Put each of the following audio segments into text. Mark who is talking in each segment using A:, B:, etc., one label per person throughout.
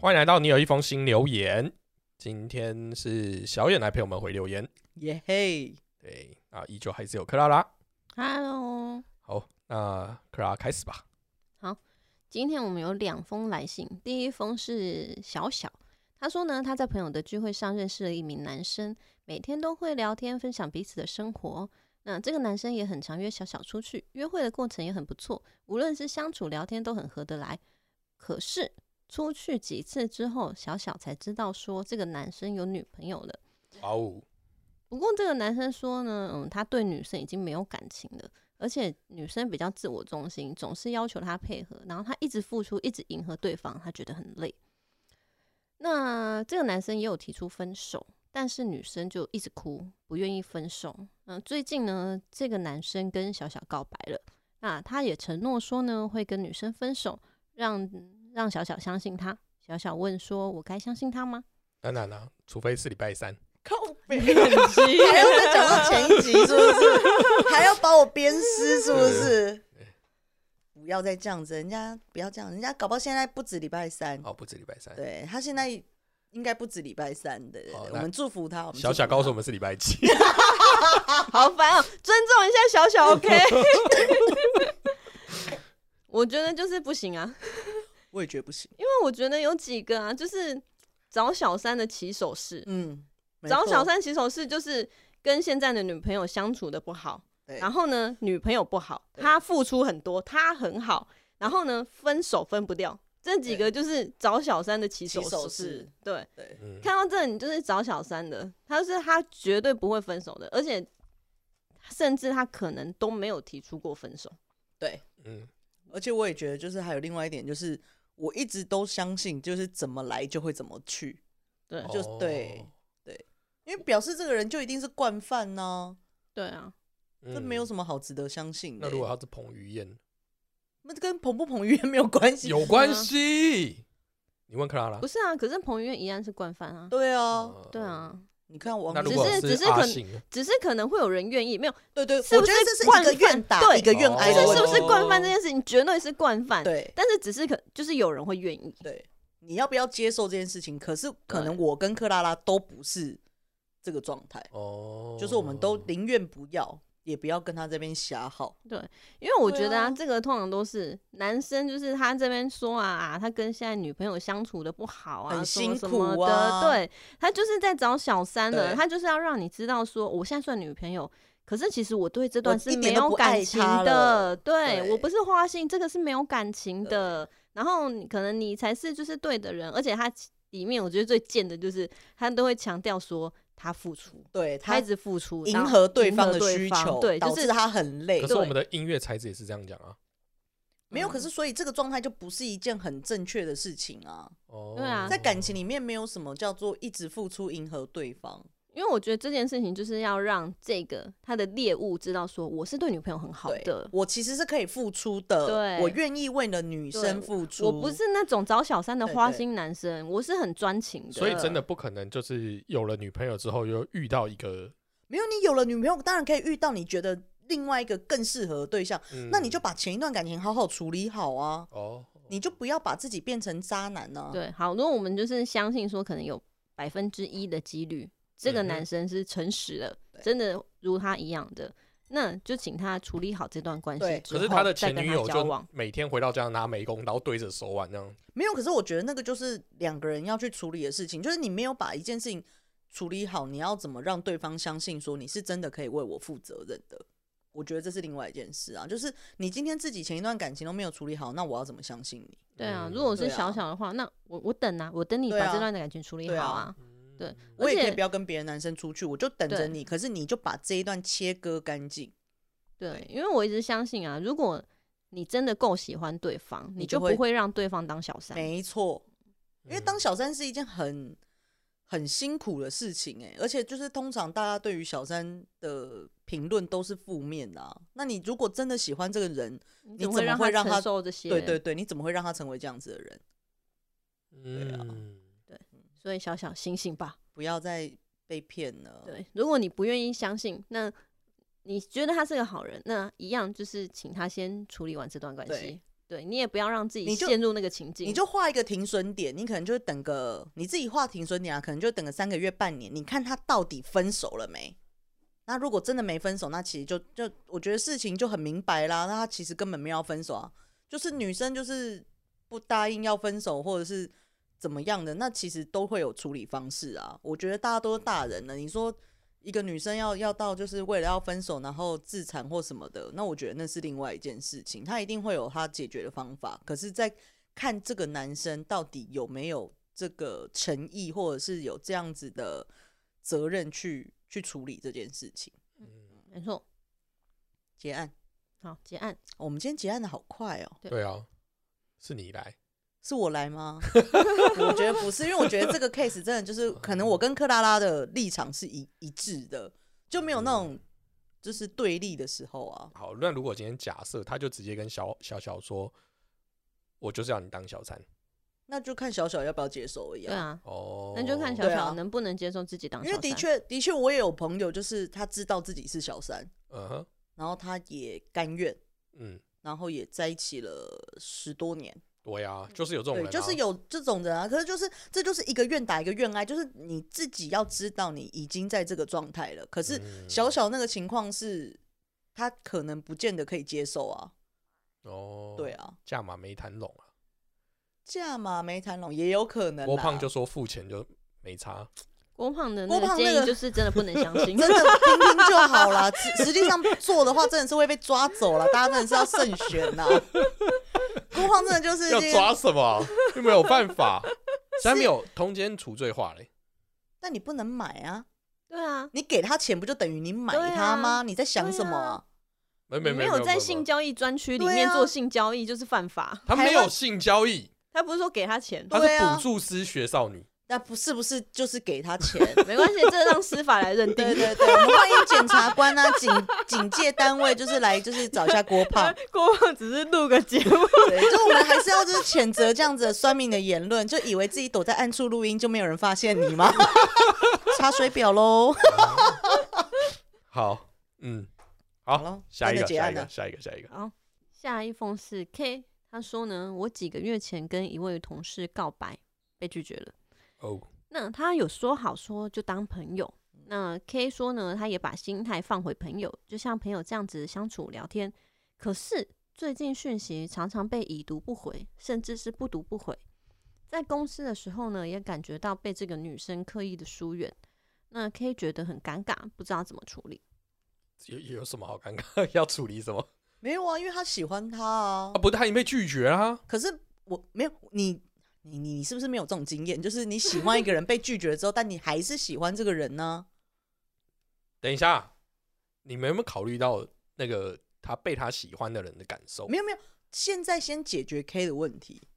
A: 欢迎来到你有一封新留言，今天是小远来陪我们回留言。
B: 耶嘿
A: 对啊，依旧还是有克拉拉。
C: Hello，
A: 好，那克拉拉开始吧。
C: 今天我们有两封来信，第一封是小小，他说呢，他在朋友的聚会上认识了一名男生，每天都会聊天，分享彼此的生活。那这个男生也很常约小小出去，约会的过程也很不错，无论是相处聊天都很合得来。可是出去几次之后，小小才知道说这个男生有女朋友了。
A: 哇哦，
C: 不过这个男生说呢，嗯，他对女生已经没有感情了，而且女生比较自我中心，总是要求他配合，然后他一直付出，一直迎合对方，他觉得很累。那这个男生也有提出分手，但是女生就一直哭，不愿意分手。嗯，最近呢，这个男生跟小小告白了，那他也承诺说呢，会跟女生分手，让让小小相信他。小小问说：“我该相信他吗？”
A: 当然啦、除非是礼拜三。
B: 靠北，还还
C: 要再讲到
B: 前一集是不 是？还要把我鞭尸是不是？不要再这样子，人家不要这样，人家搞不好现在不止礼拜三，
A: 哦，不止礼拜三。
B: 对他现在应该不止礼拜三的，对对
A: 好
B: 对
A: 那
B: 我们祝福他。我们
A: 小小告诉我们是礼拜 几。
C: 好烦哦、尊重一下小 小，OK？我觉得就是不行啊，
B: 我也觉得不行。
C: 因为我觉得有几个啊，就是找小三的起手式，
B: 嗯，没
C: 找
B: 错
C: 小，三起手式就是跟现在的女朋友相处的不好，
B: 对
C: 然后呢，女朋友不好，
B: 对
C: 她付出很多，她很好，然后呢，分手分不掉，这几个就是找小三的起手
B: 起手
C: 式
B: 式，
C: 对。
B: 对
A: 嗯，
C: 看到这，你就是找小三的，他是他绝对不会分手的，而且甚至他可能都没有提出过分手。
B: 对，
A: 嗯，
B: 而且我也觉得，就是还有另外一点，就是我一直都相信，就是怎么来就会怎么去，
C: 对、
B: 嗯就
A: 哦
B: 对因为表示这个人就一定是惯犯呢、
C: 对啊，
A: 嗯
B: 这没有什么好值得相信的、
A: 那如果他是彭于晏，
B: 那跟彭不彭于晏没有关系，
A: 有关系？你问克拉拉
C: 不。是啊，可是彭于晏一样是惯犯啊。
B: 对啊，
A: 呃
C: 对，啊，
B: 你看王
A: 那如
B: 力
A: 果
C: 只是只是
A: 阿
C: 可
A: 信呢，
C: 只是可能会有人愿意，没有，
B: 对对，
C: 是
B: 我
C: 不
B: 觉得
C: 是
B: 这是
C: 惯
B: 一个愿
C: 犯
B: 打
C: 对
B: 一个愿挨
A: 哎
C: 就
B: 的
A: 呦
C: 是
B: 问
C: 是
B: 题，
C: 不是惯犯这件事情绝对是惯犯，
B: 对，
C: 但是只是可就是有人会愿意，
B: 对，你要不要接受这件事情？可是可能我跟克拉拉都不是这个状态，
A: 哦，
B: 就是我们都宁愿不要，也不要跟他这边瞎耗。
C: 因为我觉得
B: 对啊
C: 啊，这个通常都是男生，就是他这边说啊啊，他跟现在女朋友相处的不好啊，
B: 很
C: 什么
B: 辛
C: 什
B: 苦
C: 么的，
B: 啊
C: 对他就是在找小三的，
B: 对
C: 他就是要让你知道说，我现在算女朋友，可是其实我对这段
B: 我
C: 是
B: 一
C: 没
B: 点都
C: 有
B: 不
C: 感
B: 爱
C: 情
B: 他
C: 的，
B: 了
C: 对
B: 对
C: 我不是花心，这个是没有感情的，然后你可能你才是就是对的人，而且他里面我觉得最贱的就是他都会强调说他付出。
B: 对
C: 他
B: 他
C: 一直付出，
B: 迎
C: 然后
B: 合对
C: 迎
B: 方的
C: 对
B: 需
C: 方
B: 求，
C: 对，
B: 导
C: 就
B: 致
C: 是
B: 他很累
A: 可。是我们的音乐才子也是这样讲啊。
B: 没有，可
C: 嗯
B: 是所以这个状态就不是一件很正确的事情啊，
A: 哦，
C: 对啊
B: 在感情里面没有什么叫做一直付出迎合对方。
C: 因为我觉得这件事情就是要让这个他的猎物知道，说我是对女朋友很好
B: 对
C: 的，
B: 我其实是可以付出的，
C: 对
B: 我愿意为了女生付出。
C: 我不是那种找小三的
B: 对
C: 花
B: 对
C: 心男生，我是很专情的。
A: 所以真的不可能，就是有了女朋友之后又遇到一个，
B: 没有，你有了女朋友，当然可以遇到你觉得另外一个更适合的对象，
A: 嗯
B: 那你就把前一段感情好好处理好啊，
A: 哦，
B: 你就不要把自己变成渣男呢、啊。，
C: 对，好，如果我们就是相信说，可能有百分之一的几率，这个
A: 嗯哼
C: 男生是诚实的，
B: 对
C: 真的如他一样的，那就请他处理好这段关系
B: 对
C: 之
A: 可
C: 后，
A: 是他的
C: 再
A: 前
C: 跟
A: 女
C: 他
A: 友
C: 交
A: 就
C: 往。
A: 每天回到家拿美工刀对着手腕那样，
B: 没有，可是我觉得那个就是两个人要去处理的事情，就是你没有把一件事情处理好，你要怎么让对方相信说你是真的可以为我负责任的？我觉得这是另外一件事啊，就是你今天自己前一段感情都没有处理好，那我要怎么相信你？
C: 对啊
A: 嗯，
C: 如果是
B: 对啊
C: 小小的话，那我我等啊，我等你
B: 对
C: 把
B: 啊
C: 这段的感情处理
B: 对
C: 好
B: 啊
C: 啊。对，
B: 我也可
C: 而
B: 以
C: 且
B: 不要跟别的男生出去，我就等着
C: 对
B: 你。可是你就把这一段切割干净，
C: 对，因为我一直相信啊，如果你真的够喜欢对方，
B: 你
C: 你
B: 就
C: 就
B: 会哎
C: 不会让对方当小三。
B: 没错。因为
A: 嗯
B: 当小三是一件很很辛苦的事情、欸，而且就是通常大家对于小三的评论都是负面的、啊。那你如果真的喜欢这个人，
C: 你
B: 你
C: 怎么
B: 怎么
C: 会让
B: 会
C: 他
B: 让他
C: 承受这些？
B: 对对对，你怎么会让他成为这样子的人？对啊
A: 嗯
C: 所以小小醒醒吧。
B: 不要再被骗了。
C: 对，如果你不愿意相信，那你觉得他是个好人，那一样就是请他先处理完这段关系
B: 对。
C: 对你也不要让自己
B: 你就
C: 陷入那个情境，
B: 你就画一个停损点，你可能就等个你自己画停损点啊，可能就等个三个月、半年，你看他到底分手了没？那如果真的没分手，那其实就就我觉得事情就很明白啦。那他其实根本没有要分手啊，就是女生就是不答应要分手，或者是怎么样的，那其实都会有处理方式啊。我觉得大家都是大人了，你说一个女生要要到就是为了要分手，然后自残或什么的，那我觉得那是另外一件事情，她一定会有她解决的方法。可是，在看这个男生到底有没有这个诚意，或者是有这样子的责任去去处理这件事情。
A: 嗯
C: 没错。
B: 结案，
C: 好，结案。
B: 哦我们今天结案的好快哦，
C: 对
A: 对啊，是你来，
B: 是我来吗？ 我觉得不是，因为我觉得这个 case 真的就是，可能我跟克拉拉的立场是一一致的，就没有那
C: 嗯
B: 种就是对立的时候啊。
A: 好，那如果今天假设他就直接跟小小小说，我就是要你当小三
B: 那就看小小要不要接受而已
C: 对啊，
A: 哦，
C: 那就看小
B: 对啊
C: 小能不能接受自己当小
B: 因
C: 三。
B: 为的确，的确，我也有朋友，就是他知道自己是小三，
A: 嗯哼，
B: 然后他也甘愿，
A: 嗯，
B: 然后也在一起了十多年。
A: 对啊，就是有这种人、
B: 对，
A: 啊，
B: 就是有这种人啊。可是就是这就是一个愿打一个愿挨，就是你自己要知道你已经在这个状态了。可是
A: 嗯
B: 小小那个情况是，他可能不见得可以接受啊。
A: 哦，
B: 对，啊，
A: 价码没谈拢啊，
B: 价码没谈拢也有可能啦。
A: 郭胖就说付钱就没差，
C: 郭胖的
B: 郭
C: 那个
B: 胖
C: 建
B: 那
C: 议
B: 个。
C: 就是真的不能相 信
B: 真的听听就好啦，实实际上做的话真的是会被抓走了，大家真的是要慎选呐、郭胖真的就是
A: 要
B: 这个
A: 抓什么？ 又没有办法，现在没有通奸处罪化嘞，
B: 但你不能买啊！
C: 对啊，
B: 你给他钱不就等于你买
C: 对啊
B: 他吗？你在想什么、
A: 没
C: 对啊你
A: 没没
C: 有在
A: 性
C: 性交易专区里
B: 对
C: 面
B: 啊
C: 做性交易就是犯法。
A: 他没有性交易，
C: 他不是说给他钱，
A: 他是
B: 对啊
A: 补助师学少女，
B: 那不是不是就是给他 钱？
C: 没关系，这让司法来认定。
B: 对 对对，我们欢迎检察官啊、警警戒单位，就是来就是找一下郭 胖。
C: 郭胖只是录个节目，
B: 对，就我们还是要就是谴责这样子的酸民的言论，就以为自己躲在暗处录音就没有人发现你吗？ 查水表喽。
A: 好，嗯，
B: 好
A: 好
B: 了，
A: 下一个，
B: 真的结
A: 下
B: 案
A: 一个，
B: 了
A: 下一个，下一个，
C: 下一封是 K，他说呢，我几个月前跟一位同事告白，被拒绝了。
A: 哦，
C: 那他有说好说就当朋友。那 K 说呢，他也把心态放回朋友，就像朋友这样子相处聊天。可是最近讯息常常被已读不回，甚至是不读不回。在公司的时候呢，也感觉到被这个女生刻意的疏远。那 K 觉得很尴尬，不知道怎么处理。
A: 有有什么好尴尬？ 要处理什么？
B: 没有啊，因为他喜欢他啊
A: 啊，。不是他已经被拒绝啊啦、
B: 可是我没有你，你你你是不是没有这种经验？就是你喜欢一个人被拒绝了之后，但你还是喜欢这个人呢？
A: 等一下，你们有没有考虑到那个他被他喜欢的人的感受
B: 没？有没有，现在先解决 K 的问题。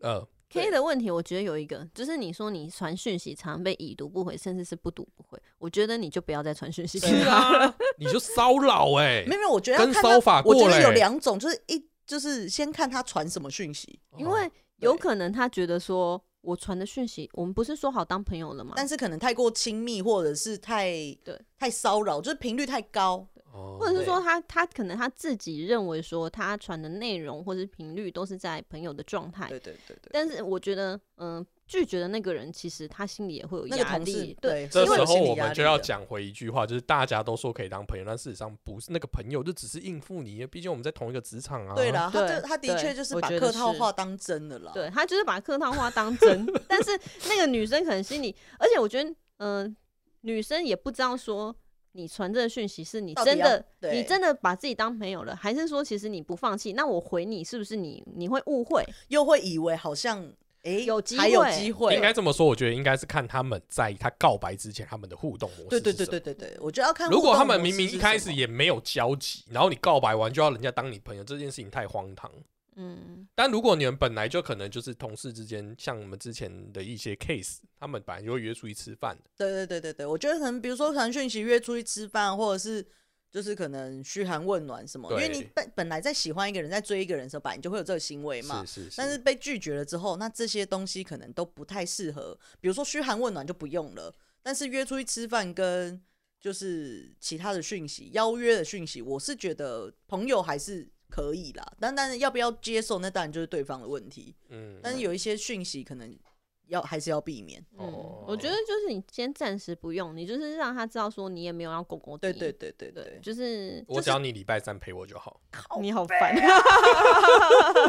A: 呃，
C: K
B: 对
C: 的问题，我觉得有一个，就是你说你传讯息常被已读不回，甚至是不读不回，我觉觉得你就不要再传讯息给
A: 是
C: 他了。
A: 啊，你就骚扰哎
B: 没，有，没有，我觉得要
A: 跟
B: 看
A: 骚
B: 他
A: 法
B: 我觉
A: 过
B: 得
A: 嘞
B: 有两种，就是一就是先看他传什么讯息，
C: 因为有
B: 哦对
C: 可能他觉得说我传的讯息，我们不是说好当朋友
A: 嗯
C: 了吗？
B: 但是可能太过亲密，或者是太
C: 对
B: 太骚扰，就是频率太高。
A: 哦
C: 或者是
A: 哦
C: 说他他可能他自己认为说他传的内容或是频率都是在朋友的状态，
B: 对对对对，
C: 哎但是我觉得，嗯、拒绝的那个人其实他心里也会有
B: 那个
C: 压
B: 同事
C: 力，对，
B: 对，
A: 这
B: 是会
A: 时
B: 有
A: 候
B: 心理
A: 我
B: 压
A: 们
B: 力
A: 就要
B: 的，
A: 讲回一句话，就是大家都说可以当朋友，但事实上不是那个朋友，就只是应付你，毕竟我们在同一个职场啊。
B: 对啦，他
C: 对
B: 就他的
C: 对
B: 确就是
C: 我
B: 把
C: 觉得
B: 客套
C: 是
B: 话当真的啦。
C: 对他就是把客套话 当真，但是那个女生可能心里，而且我觉得，嗯、女生也不知道说你传这个讯息是你
B: 到底
C: 真
B: 要
C: 的，
B: 对
C: 你真的把自己当朋友了，还是说其实你不放弃？那我回你是不是你你会误会？
B: 又会以为好像诶
C: 有机
B: 还有
C: 会
B: 机会，
A: 应该这么说，我觉得应该是看他们在他告白之前他们的互动模式。
B: 对对对对。对对，我觉得要看
A: 如
B: 互
A: 果
B: 动
A: 他们
B: 模
A: 明
B: 式
A: 明
B: 是
A: 一开
B: 什
A: 始
B: 么
A: 也没有交集，然后你告白完就要人家当你朋友，这件事情太荒唐。
C: 嗯，
A: 但如果你们本来就可能就是同事之间，像我们之前的一些 case，他们本来就会约出去吃饭，
B: 对对对对对，我觉得可能比如说传讯息约出去吃饭，或者是就是可能嘘寒问暖什么，因为你
A: 对
B: 本本来在喜欢一个人，在追一个人的时候，本来你就会有这个行为嘛
A: 是。是是，
B: 但是被拒绝了之后，那这些东西可能都不太适合，比如说嘘寒问暖就不用了，但是约出去吃饭跟就是其他的讯息、邀约的讯息，我是觉得朋友还是可以啦。但但是要不要接受，那当然就是对方的问题。
A: 嗯，
B: 但是有一些讯息可能要还是要避免。哦
C: 嗯，我觉得就是你先暂时不用，你就是让他知道说你也没有要勾勾
B: 对
C: 搭
A: 嗯
B: 对对对
C: 对
B: 对，，
C: 就是
A: 我只要你礼拜三陪我就好。
C: 你好烦，啊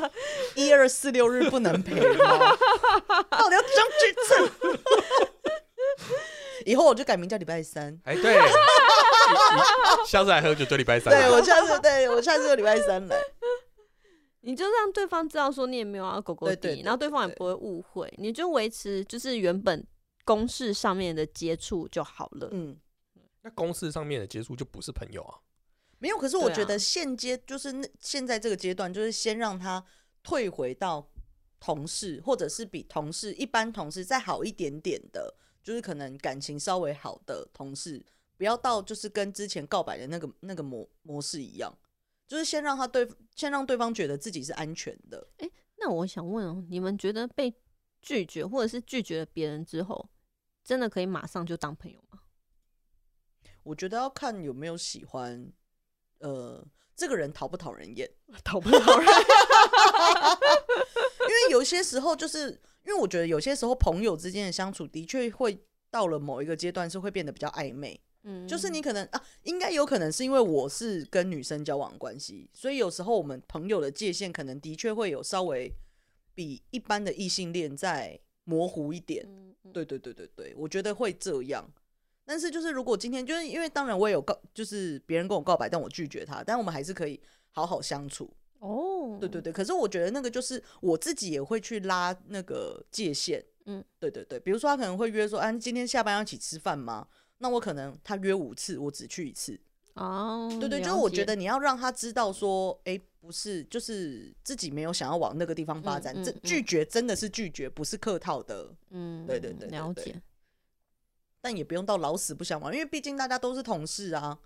B: 啊一二四六日不能陪吗？到底要争句证？以后我就改名叫礼拜三。
A: 哎， 对，你下次来喝酒就礼拜三啊
B: 对
A: 来。
B: 我下次，对我下次就礼拜三来。
C: 你就让对方知道说你也没有要狗狗
B: 对
C: 底，
B: 对对
C: 然后对方
B: 对
C: 也不会误会，你就维持就是原本公式上面的接触就好了。
B: 嗯，
A: 那公司上面的接触就不是朋友啊。
B: 没有。可是我
C: 对啊
B: 觉得现阶就是那现在这个阶段，就是先让他退回到同事，或者是比同事一般同事再好一点点的，就是可能感情稍微好的同事，不要到就是跟之前告白的那个那个模模式一样，就是先让他对，先让对方觉得自己是安全的。
C: 那我想问哦，你们觉得被拒绝或者是拒绝了别人之后，真的可以马上就当朋友吗？
B: 我觉得要看有没有喜欢，呃，这个人讨不讨人厌。
C: 讨不讨 人？
B: 因为有些时候，就是因为我觉得有些时候朋友之间的相处，的确会到了某一个阶段是会变得比较暧昧。
C: 嗯
B: 就是你可能啊，应该有可能是因为我是跟女生交往的关系，所以有时候我们朋友的界限可能的确会有稍微比一般的异性恋再模糊一点。
C: 嗯嗯
B: 对对对对对，我觉得会这样。但是就是如果今天就是因为当然我也有告，就是别人跟我告白，但我拒绝他，但我们还是可以好好相处。
C: 哦，
B: 对对，对，可是我觉得那个就是我自己也会去拉那个界限。
C: 嗯，
B: 对对对，比如说他可能会约说，啊，今天下班要一起吃饭吗？那我可能他约五次，我只去一次。
C: 哦，
B: 对对，
C: 了
B: 就是我
C: 解
B: 觉得你要让他知道说，哎，不是，就是自己没有想要往那个地方发
C: 嗯
B: 展，
C: 嗯
B: 这
C: 嗯
B: 拒绝真的是拒绝，不是客套的，
C: 嗯，
B: 对对对对
C: 了
B: 对
C: 解。
B: 但也不用到老死不相往，因为毕竟大家都是同事啊，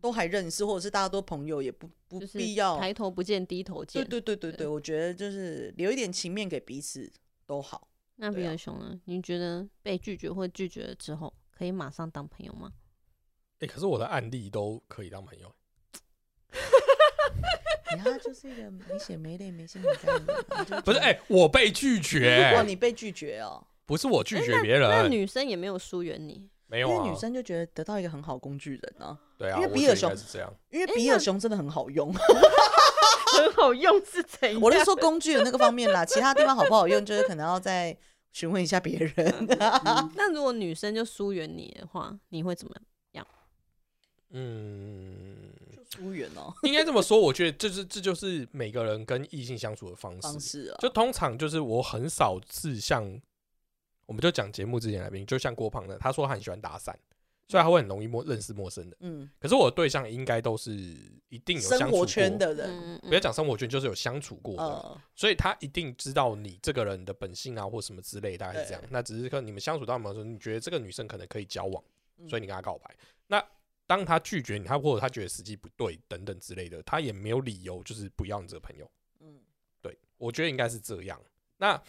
B: 都还认识，或者是大家都朋友，也不不
C: 就是
B: 必要。
C: 抬头不见低头见。
B: 对对对对对，我觉得就是留一点情面给彼此都好。
C: 那
B: 对
C: 比
B: 啊
C: 尔熊呢？你觉得被拒绝或拒绝了之后，可以马上当朋友吗？
A: 哎，可是我的案例都可以当朋友。
B: 你他就是一个没血没泪、没心没肝的人啊。就
A: 不是，
B: 觉得，
A: 哎，我被拒
B: 哦，
A: 绝，
B: 你被拒绝哦，
A: 不是我拒绝别
C: 那
A: 人，
C: 女生也没有疏远你，
A: 没
B: 因
A: 有
B: 为
A: 啊
B: 女。生就觉得得到一个很好工具人啊，
A: 对啊，
B: 因为
A: 我
B: 比
A: 觉
B: 尔
A: 得应
B: 熊
A: 该是这样。
B: 因为
C: 哎
B: 比
C: 那
B: 尔熊真的很好用。
C: 很好用是怎样？
B: 我 是说工具的那个方面啦，其他地方好不好用，就是可能要再询问一下别人。
C: 那如果女生就疏远你的话，你会怎么样？
A: 嗯，
B: 疏远哦，
A: 应该这么说，我觉得这是这就是每个人跟异性相处的方式。
B: 方式啊，
A: 就通常就是我很少是像，我们就讲节目之前来宾，就像郭胖的，他说他很喜欢打伞，所以他会很容易陌认识陌生人。
B: 嗯，
A: 可是我的对象应该都是一定有
B: 生
A: 相处
B: 活
A: 过
B: 圈，的人，
C: 嗯，
A: 不要讲生活圈，就是有相处过的，
B: 呃，
A: 所以他一定知道你这个人的本性啊，或什么之类，大概是这样
B: 对。
A: 那只是跟你们相处到某时候，你觉得这个女生可能可以交往，
B: 嗯
A: 所以你跟她告白。那当他拒绝你，他或者他觉得时机不对等等之类的，他也没有理由就是不要你这个朋友。
B: 嗯，
A: 对，我觉得应该是这样。那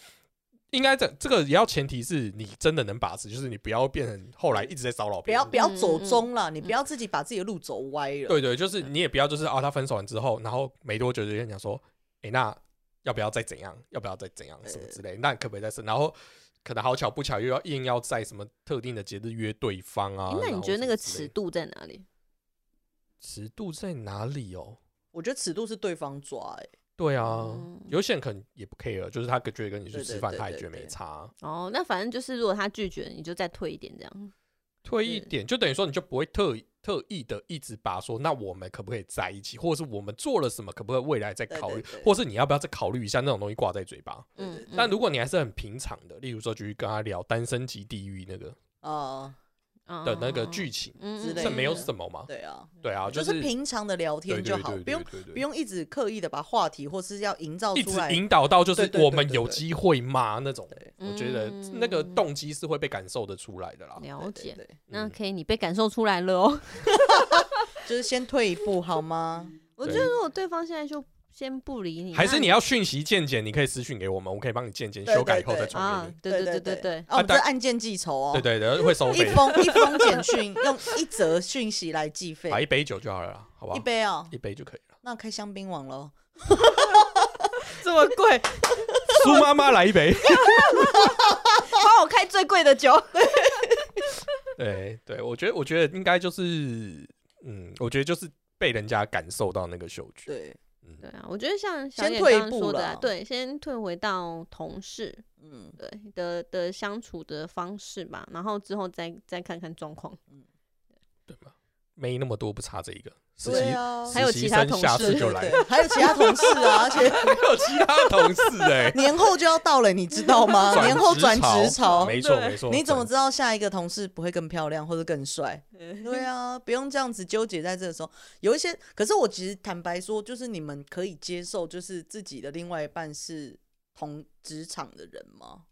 A: 应该这这个也要前提是你真的能把持，就是你不要变成后来一直在骚扰
B: 不
A: 别人。
B: 要不要走
C: 嗯嗯
B: 中了，你不要自己把自己的路走歪了。
A: 对对，就是你也不要就是啊，他分手完之后，然后没多久就跟你讲说，哎、那要不要再怎样？要不要再怎样？什么之类？那可不可以再生？然后可能好巧不巧又要硬要在什么特定的节日约对方啊
C: 诶？那
A: 然
C: 你
A: 后
C: 觉得那
A: 什么
C: 个
A: 之
C: 尺
A: 类的
C: 度在哪里？
A: 尺度在哪里哦？
B: 我觉得尺度是对方抓，哎，
A: 对啊，
C: 嗯
A: 有些人可能也不 care，就是他觉得跟你去
B: 对
A: 吃
B: 对
A: 饭，
B: 对
A: 他也
B: 对
A: 觉得没
B: 对
A: 差啊、
C: 哦，那反正就是如果他拒绝，你就再退一点这样。
A: 退一
C: 是
A: 点，就等于说你就不会特意特意的一直把说，那我们可不可以在一起，或者是我们做了什么，可不可以未来再
B: 对
A: 考虑，
B: 对对
A: 或是你要不要再考虑一下那种东西挂在嘴巴。
C: 嗯，
A: 但
C: 嗯
A: 如果你还是很平常的，例如说去跟他聊单身级地狱那个
B: 啊，
A: 哦的那个剧，情，
C: 哦嗯
B: 之类
A: 这
B: 的
A: 没有什么嘛？
B: 对啊，
A: 对啊，
B: 就是是平常的聊天
A: 对
B: 就
A: 对
B: 好，
A: 对
B: 不用
A: 对对对
B: 不用一直刻意的把话题或是要营造
A: 一
B: 出
A: 直
B: 来。
A: 引导到就
B: 对
A: 是
B: 对对
A: 我们
B: 对嗯
A: 有
B: 对
A: 机会吗那种。
B: 对
C: 嗯
A: 我觉得那个动嗯机是会被感受得出来的啦。
C: 了
B: 对
C: 解。
B: 对，
C: 那
A: 嗯
C: 可以，你被感受出来了哦。
B: 就是先退一步好吗？
C: 我
A: 对
C: 觉得如果对方现在就先不理你，
A: 还
C: 那
A: 是你要讯息见解，你可以私讯给我们，我可以帮你见解
B: 对
A: 修改以
B: 对
A: 后再
B: 对
A: 传给
C: 啊
A: 你。？
C: 对
B: 对
C: 对对对，
B: 哦，我们
A: 啊但
B: 这按件记仇哦，
A: 对对对，会收
B: 一
A: 费的，
B: 封一封简讯，用一则讯息来计费，
A: 买一杯酒就好了啦，好不好？
B: 一杯哦，
A: 一杯就可以了。
B: 那开香槟网喽。
C: 这么贵，
A: 苏妈妈来一杯。
C: 帮我开最贵的酒。
A: 对对，我觉得我觉得应该就是，嗯，我觉得就是被人家感受到那个嗅觉。
B: 对，
A: 嗯，
C: 对啊，我觉得像小
B: 先
C: 野
B: 退一
C: 刚刚
B: 步
C: 说的、
B: 啦
C: 啊，对，先退回到同事
B: 嗯，
C: 对的的相处的方式吧，然后之后再再看看状 况。
A: 对嘛，没那么多，不差这一个。实习
B: 对啊，
A: 实
C: 还有
A: 习
C: 其他
A: 生
C: 同
A: 下
C: 事
A: 次
B: 对
A: 就
B: 对
A: 来，
B: 对，还有其他同事啊，而 且，
A: 还有其他同事哎
B: 年后就要到了，你知 道吗？年后转职潮，
A: 没错
C: 对
A: 没错。
B: 你怎么
A: 转
B: 知道下一个同事不会更漂亮或者更帅？
A: 嗯
B: 对啊，不用这样子纠结在这个时候。有一些，可是我其实坦白说，就是你们可以接受，就是自己的另外一半是同职场的人吗？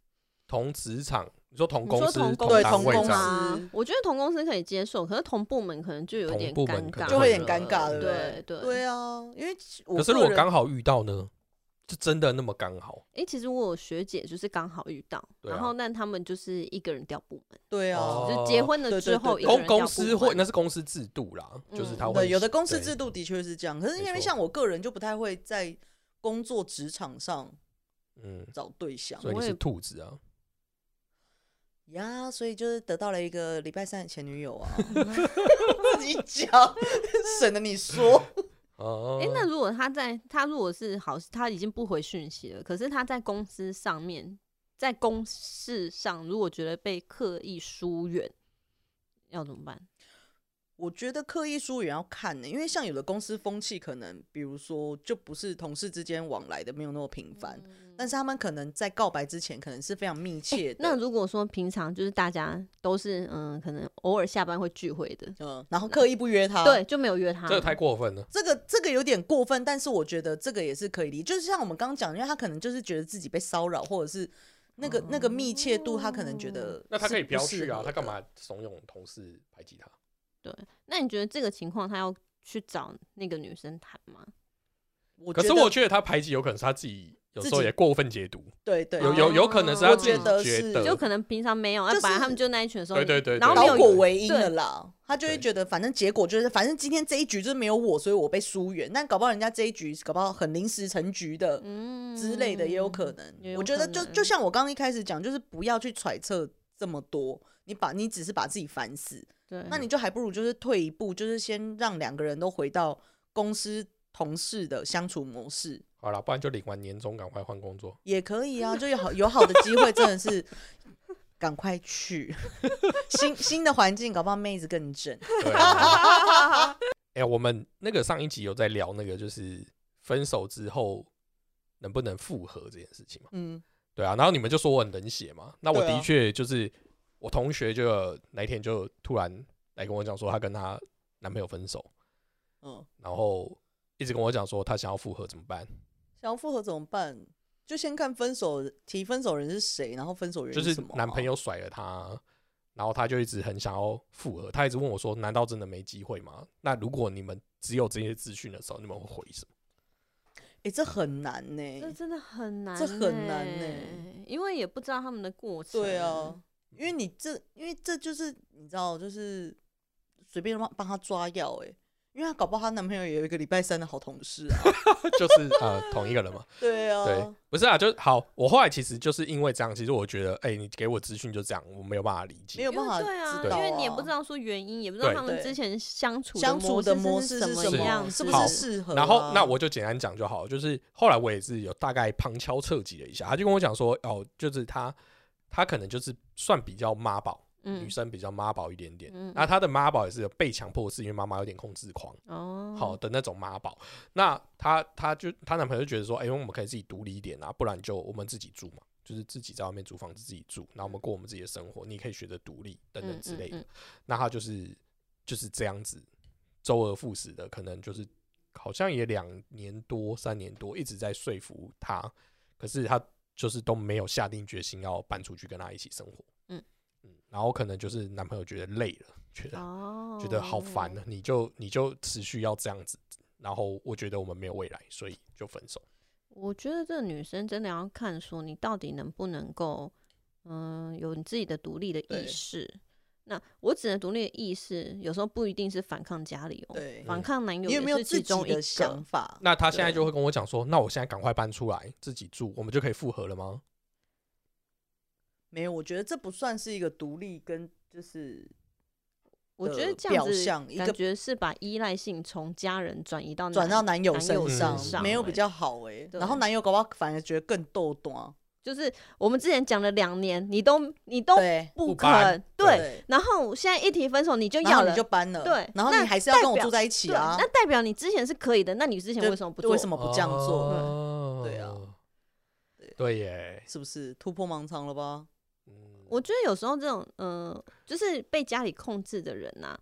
A: 同职场？你说同
C: 你
A: 公
C: 说
A: 司、
C: 同公
B: 对
C: 司
A: 单
B: 同
A: 位
B: 公
A: 这样？
B: 司
C: 啊，我觉得同公司可以接受，可是同部门可能就有
A: 同
C: 点
A: 部
C: 尴
A: 门可
C: 尬
A: 能
C: 了，
B: 就会很尴尬对不
C: 对
B: 对
C: 对
B: 对啊，因为我
A: 可是如
B: 个
A: 果
B: 人
A: 刚好遇到呢，就真的那么刚好？
C: 哎、其实我有学姐就是刚好遇到，
A: 对
C: 然
A: 啊
C: 后但他们就是一个人调部门，
B: 对啊，
A: 哦
C: 就是结婚了
B: 对
C: 之
B: 对
C: 后
B: 对
C: 一个
A: 公
C: 人调
A: 公
C: 部
A: 司
C: 门
A: 会那是公司制度啦，就是他
C: 嗯
A: 会
B: 对，有的公司
A: 对
B: 制度的确是这样，可是因
A: 没
B: 为
A: 错
B: 像我个人就不太会在工作职场上
A: 嗯，
B: 找对象
A: 所以你
C: 我
A: 是
C: 也
A: 兔子啊，
B: 呀，所以就是得到了一个礼拜三的前女友啊， 自己讲，省得你说。
A: 哦
C: 哎、那
B: 嗯
C: 如果他在他如果是好，他已经不回讯息了，可是他在公司上面，在公事上，如果觉得被刻意疏远，要怎么办？
B: 我觉得刻意疏远要看呢、因为像有的公司风气可能，比如说就不是同事之间往来的没有那么频繁，
C: 嗯
B: 但是他们可能在告白之前可能是非常密切的。
C: 那如果说平常就是大家都是嗯，可能偶尔下班会聚会的，
B: 嗯，然后刻意不约他，
C: 对，就没有约他，
A: 这个太过分了，
B: 这个这个有点过分，但是我觉得这个也是可以理，就是像我们刚刚讲，因为他可能就是觉得自己被骚扰，或者是那个、那个密切度，他可能觉得
A: 那他可以
B: 是呃
A: 不要
B: 适
A: 去啊，
B: 合
A: 他
B: 的
A: 干？嘛怂恿同事排挤他？
C: 对。那你觉得这个情况他要去找那个女生谈吗？
B: 我
A: 可
B: 觉
A: 是
B: 得
A: 我觉得他排挤有可能是他自己有时候
B: 自己
A: 也过分解读，
B: 对对哦
A: 有有有可能是他自己
B: 我觉得是
A: 觉得，
C: 就可能平常没有，啊
B: 呃就是
C: 本来他们就那一群的时候，
A: 对对对对
C: 然哦后没
B: 导
C: 有
B: 果为因
C: 对
B: 的啦，他就会
A: 对
B: 觉得反正结果就是反正今天这一局就是没有我，所以我被疏远，但搞不好人家这一局搞不好很临时成局的。
C: 嗯
B: 之类的也有可能。
C: 也有
B: 我觉得
C: 可
B: 就
C: 能
B: 就像我刚刚一开始讲，就是不要去揣测这么多，你把你只是把自己烦死，
C: 对，
B: 那你就还不如就是退一步，就是先让两个人都回到公司同事的相处模式。
A: 好了，不然就领完年终赶快换工作。
B: 也可以啊，就有好有好的机会，真的是赶快去 新新的环境，搞不好妹子更正。
A: 对啊， 哎、我们那个上一集有在聊那个，就是分手之后能不能复合这件事情嘛？
B: 嗯，
A: 对啊，然后你们就说我很冷血嘛，那我
B: 对啊
A: 的确就是、我同学就有那一天就突然来跟我讲说，她跟她男朋友分手，
B: 嗯，
A: 然后一直跟我讲说她想要复合怎么办？
B: 想要复合怎么办？就先看分手提分手人是谁，然后分手原
A: 就
B: 因
A: 是
B: 什么啊
A: 男朋友甩了她，然后她就一直很想要复合，她一直问我说，难道真的没机会吗？那如果你们只有这些资讯的时候，你们会回 什么？
B: 哎、这很难呢、
C: 这真的很难、欸，
B: 哎这很难
C: 呢，
B: 欸
C: 因为也不知道他们的过程。
B: 对啊，，因为你这，因为这就是你知道，就是随便帮帮他抓药哎、因为她搞不好她男朋友也有一个礼拜三的好同事啊。
A: 就是呃同一个人嘛。
B: 对啊，
A: 对，不是啊，就好。我后来其实就是因为这样，其实我觉得，哎、你给我资讯就这样，我没有办法理
B: 没
A: 解。
B: 有
C: 因
B: 办
C: 为
B: 法
C: 对啊，
B: 知道、
C: 因为你也不知。道说原因，也不知道
A: 对
C: 他们
B: 对
C: 之前相处
B: 相处的模式
C: 是
B: 是
C: 什
B: 什
A: 么
C: 样
B: 么？
C: 子，
B: 是不
A: 好
B: 是适合啊、
A: 然后，那我就简单讲就好。就是后来我也是有大概旁敲侧击了一下，他就跟我讲说，哦，就是他，他可能就是算比较妈宝，
C: 嗯
A: 女生比较妈宝一点点。
C: 嗯
A: 那他的妈宝也是有被强迫，是因为妈妈有点控制狂，
C: 哦，
A: 好，的那种妈宝。那她她就她男朋友就觉得说，哎、我们可以自己独立一点啊，不然就我们自己住嘛，就是自己在外面租房子自己住，然后我们过我们自己的生活，你可以学着独立等等之类的。
C: 嗯嗯
A: 那她就是就是这样子，周而复始的，可能就是好像也两年多、三年多一直在说服他，可是他就是都没有下定决心要搬出去跟他一起生活。
C: 嗯，
A: 嗯，然后可能就是男朋友觉得累了，觉得、
C: 哦，
A: 啊觉得好烦啊了，你就你就持续要这样子，然后我觉得我们没有未来，所以就分手。
B: 哦
C: 我觉得这个女生真的要看说你到底能不能够，嗯、有你自己的独立的
B: 对
C: 意识。那我指的独立的意识，有时候不一定是反抗家里哦，
B: 对
C: 反抗男友
B: 你有没
C: 也
B: 有
C: 是
B: 自
C: 其
B: 己
C: 中一
B: 的
C: 个。
B: 想法？
A: 那他现在就会跟我讲说，那我现在赶快搬出来自己住，我们就可以复合了吗？
B: 没有，我觉得这不算是一个独立跟就是
C: 我觉得
B: 的
C: 这样
B: 表象
C: 子
B: 一个
C: 感觉是把依赖性从家人转移到
B: 转到男友
C: 嗯男
B: 身
C: 友
B: 上，
A: 身上
B: 没有比
C: 欸
B: 较好哎、
C: 对
B: 然后男友搞不好反而觉得更啊斗短，
C: 就是我们之前讲了两年，你都你都
B: 对
A: 不
C: 不
A: 搬
C: 肯对，
B: 对，
C: 然后现在一提分手你就
B: 然
C: 要
B: 后
C: 了，
B: 你就搬了，
C: 对
B: 然后
C: 那
B: 你还是要
C: 代
B: 跟我
C: 表
B: 住在一起
C: 对，
B: 啊
C: 那，代表你之前是可以的，那你之前
B: 就
C: 为什么不
B: 就
C: 做？
B: 为什么不这样做？
A: 哦
B: 对啊，
A: 对耶，
B: 是不是突破盲肠了吧？
A: 嗯
C: 我觉得有时候这种，嗯、就是被家里控制的人呐、啊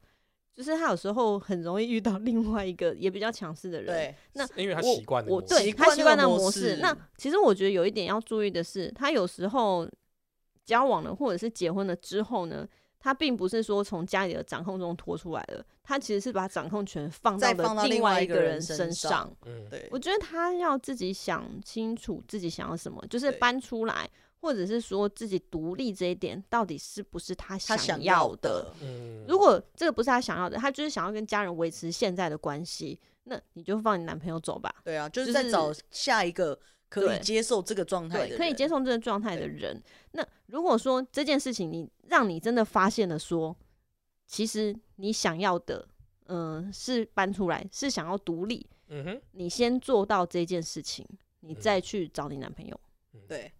C: 就是他有时候很容易遇到另外一个也比较强势的人。，
B: 对，
C: 那
A: 因为他
C: 我
A: 习惯了
C: 我
A: 模
C: 对
A: 式
C: 他习
B: 习惯
C: 惯那
B: 那
C: 个
B: 个
C: 模
B: 模
C: 式。
B: 式嗯
C: 那其实我觉得有一点要注意的是，他有时候交往了或者是结婚了之后呢，他并不是说从家里的掌控中脱出来了，他其实是把掌控权放到
B: 再放
C: 了
B: 到另
C: 外
B: 外
C: 一
B: 一个人
C: 人
B: 身
C: 身
B: 上
C: 上。
A: 嗯，
B: 对
C: 我，觉得他要自己想清楚自己想要什么，就是
B: 对
C: 搬出来，或者是说自己独立这一点到底是不是他
B: 他想
C: 要
B: 的，
A: 嗯
C: 如果这个不是他想要的，他就是想要跟家人维持现在的关系，那你就放你男朋友走吧。
B: 对啊，就是
C: 就
B: 在
C: 是
B: 找下一个可
C: 对
B: 以接受这个状态的
C: 对，
B: 人，
C: 可以接受这个状态的
B: 对
C: 人，那如果说这件事情你让你真的发现了说，其实你想要的，嗯、是搬出来，是想要独立，
A: 嗯哼，
C: 你先做到这件事情，你
A: 嗯
C: 再去找你男朋友。
B: 对，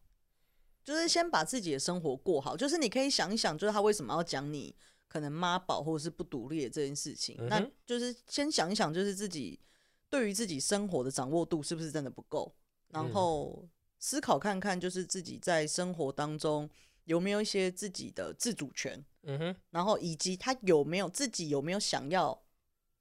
B: 就是先把自己的生活过好。就是你可以想一想，就是他为什么要讲你可能妈宝或者是不独立的这件事情。
A: 嗯
B: 那
A: 哼
B: 就是先想一想，就是自己对于自己生活的掌握度是不是真的不够，
A: 嗯
B: 然后思考看看，就是自己在生活当中有没有一些自己的自主权，
A: 嗯哼，
B: 然后以及他有没有自己有没有想要。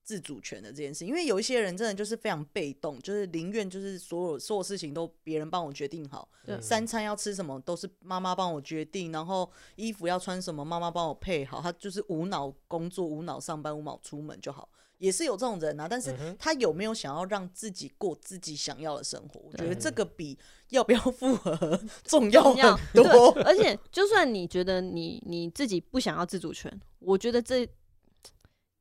B: 自主权的这件事，因为有一些人真的就是非常被动，就是宁愿就是所有所有事情都别人帮我决定好，
C: 对
B: 三餐要吃什么都是妈妈帮我决定，然后衣服要穿什么妈妈帮我配好，他就是无脑工作、无脑上班、无脑出门就好，也是有这种人啊。但是
A: 嗯哼
B: 他有没有想要让自己过自己想要的生活？我觉
A: 对
B: 得这个比要不要 复合重要
C: 重要
B: 很嗯 多。
C: 而且，就算你觉得你你自己不想要自主权，我觉得这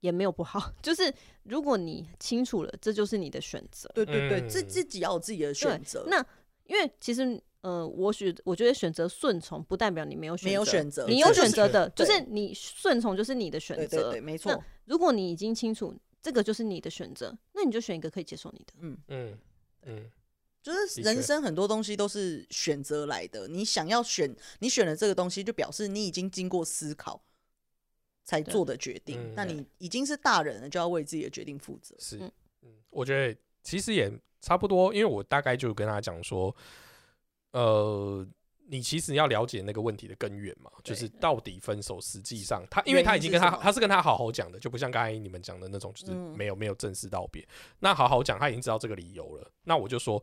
C: 也没有不好。 就是如果你清楚了，这就是你的选择。
B: 对对对，
A: 嗯
B: 自自己要有自己的选择，
C: 那因为其实，呃，我选我觉得选择顺从不代表你没有选
B: 没有
C: 择
B: 选择
C: 你
B: 这
C: 有
B: 就
C: 选
B: 是
C: 择的，就
B: 对
C: 是你顺从就是你的选
B: 对
C: 择。
B: 对对，没错，
C: 如果你已经清楚这个就是你的选择，那你就选一个可以接受你的。
A: 嗯嗯
B: 就是
A: 的
B: 人
A: 确
B: 生很多东西都是选择来的，你想要选，你选了这个东西，就表示你已经经过思考才
C: 对
B: 做的决定。
A: 嗯
B: 那
A: 对
B: 你已经是大人了，就要为自己的决定负责。
A: 是
C: 嗯
A: 嗯，我觉得其实也差不多，因为我大概就跟他讲说，呃。你其实要了解那个问题的根源嘛，就
B: 对
A: 是到底分手实际上他，因为
B: 原
A: 他已
B: 因
A: 经
B: 是
A: 跟他
B: 什么
A: 他是跟他好好讲的，就不像刚才你们讲的那种，就是
B: 嗯
A: 没有没有正式道别。那好好讲，他已经知道这个理由了。那我就说，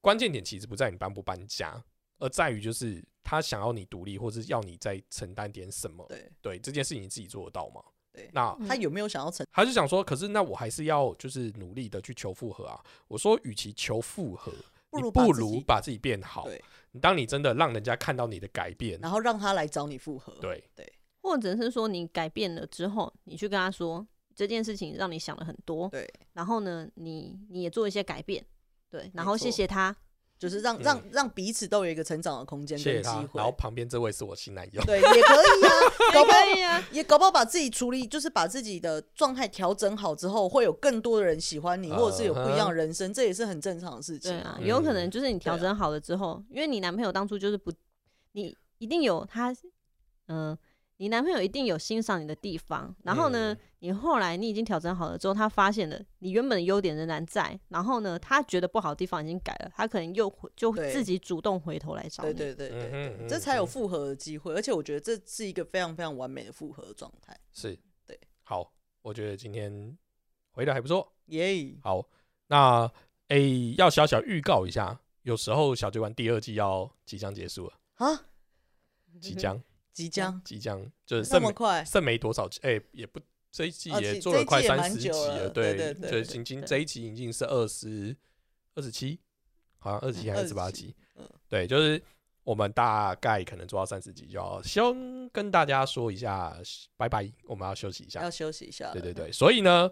A: 关键点其实不在你搬不搬家，而在于就是他想要你独立，或是要你再承担点什么。
B: 对，
A: 对这件事情，你自己做得到吗？
B: 对
A: 那
C: 嗯
B: 他有没有想要成？
A: 他就想说，可是那我还是要就是努力的去求复合啊。我说，与其求复合，
B: 不
A: 你
B: 如把
A: 不
B: 自
A: 如
B: 己
A: 把自己变好。
B: 对，
A: 你当你真的让人家看到你的改变，
B: 然后让他来找你复合。
A: 对，
C: 或者是说你改变了之后，你去跟他说这件事情让你想了很多，
B: 对，
C: 然后呢，你你也做一些改变，对，然后
B: 没错
C: 谢谢他，
B: 就是让
A: 嗯
B: 让让彼此都有一个成长的空间
A: 谢谢
B: 跟机
A: 他。
B: 会
A: 然后。旁边这位是我新男友，
B: 对，也可 以啊，搞不好
C: 以啊，
B: 也搞不好把自己处理，就是把自己的状态调整好之后，会有更多的人喜欢你，或者是有不一样的人生，这也是很正常的事情
C: 对啊，
A: 啊嗯
C: 有可能就是你调
B: 对啊
C: 整好了之后，因为你男朋友当初就是不，你一定有他，嗯、你男朋友一定有欣赏你的地方，然后呢，
A: 嗯
C: 你后来你已经调整好了之后，他发现了你原本的优点仍然在，然后呢，他觉得不好的地方已经改了，他可能又回就
B: 对
C: 自己主动回头来找你。
B: 对对对对
A: 嗯哼
B: 对，
A: 嗯
B: 这才有
A: 哼
B: 复合的机会，而且我觉得这是一个非常非常完美的复合的状态。
A: 是，
B: 对，
A: 好，我觉得今天回的还不错。
B: 耶、
A: 好，那诶、要小小预告一
B: 嗯
A: 下，有时候小酒馆第二季要即将结束了，
B: 啊，
A: 即将
B: 即将
A: 即将就是
B: 那
A: 剩
B: 么
A: 没
B: 快，
A: 剩没多少集，哎、也不这一季
B: 哦
A: 也
B: 这
A: 做
B: 这
A: 了
B: 一
A: 快
B: 季也
A: 三
B: 蛮
A: 十集
B: 久了
A: 对
B: 对对对
A: 就是
C: 对
A: 已经
C: 对
A: 这一集已经是二十二十七，好像二十七还是十八
B: 27
A: 集，
B: 嗯
A: 对，就是我们大概可能做到三十集就要先跟大家说一下拜拜，我们要休息一下
B: 要，休息一下了。
A: 对对对，所以呢。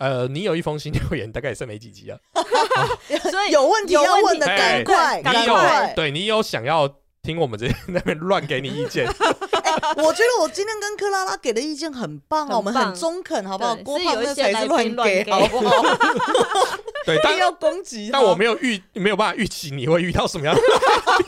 A: 呃，你有一封新留言，大概也剩没几集了。
C: 所以
B: 有问题
C: 有
B: 要
C: 问
B: 问
C: 题
B: 的，赶
A: 哎
B: 快，
A: 你
B: 赶
A: 有
B: 快！
A: 对你有想要听我们这那边 乱给你意 见，
B: 我觉得我今天跟克拉拉给的意见很棒
C: 很
B: 哦，我们很
C: 棒
B: 中肯，好不好？
C: 对
B: 郭
C: 是
B: 胖
C: 有一
B: 那
C: 些
B: 才
C: 来
B: 是
C: 宾
B: 乱
C: 乱
B: 给，
C: 给
B: 好 不好？
A: 对，但
B: 要攻击他，
A: 但我没有预没有办法预期你会遇到什么样 的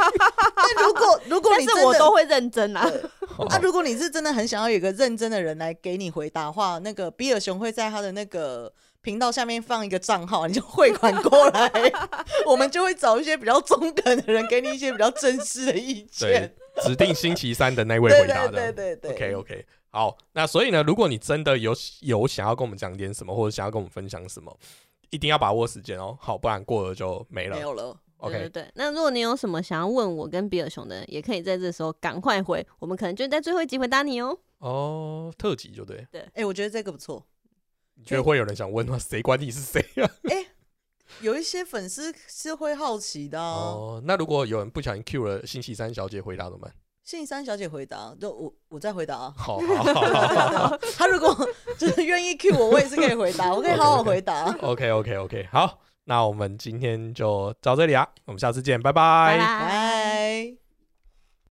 B: 但如果如果
C: 但
B: 你
C: 是
B: 真
C: 我
B: 的
C: 都会认真啊。
A: 哦
B: 啊，如果你是真的很想要有一个认真的人来给你回答的话，那个比尔熊会在他的那个频道下面放一个账号，你就汇款过来， 我们就会找一些比较中肯的人给你一些比较真实的意见
A: 对。指定星期三的那位
B: 对
A: 回答
B: 对
A: 的。
B: 对对对
A: OK OK，好，那所以呢，如果你真的有有想要跟我们讲点什么，或者想要跟我们分享什么，一定要把握时间哦，好，不然过了就没了。
B: 没有了，
A: OK，
C: 对对对，那如果你有什么想要问我跟比尔熊的，也可以在这时候赶快回，我们可能就在最后一集回答你哦。
A: 哦，特辑就对，
B: 哎、我觉得这个不错。
A: 你觉得会有人想问 吗？谁管你是谁啊？
B: 有一些粉丝是会好奇的、啊。
A: 哦，那如果有人不小心 Q 了星期三小姐回答怎么 办？
B: 信三小姐回答，就我我再回答啊。
A: 好好好好好
B: 她如果 就是愿意 cue 我，我也是可以回答，我可以好好回答。
A: ，OK OK OK，好，那我们今天就到这里啊，我们下次见，拜
C: 拜
A: 拜。
C: 拜。
B: 拜。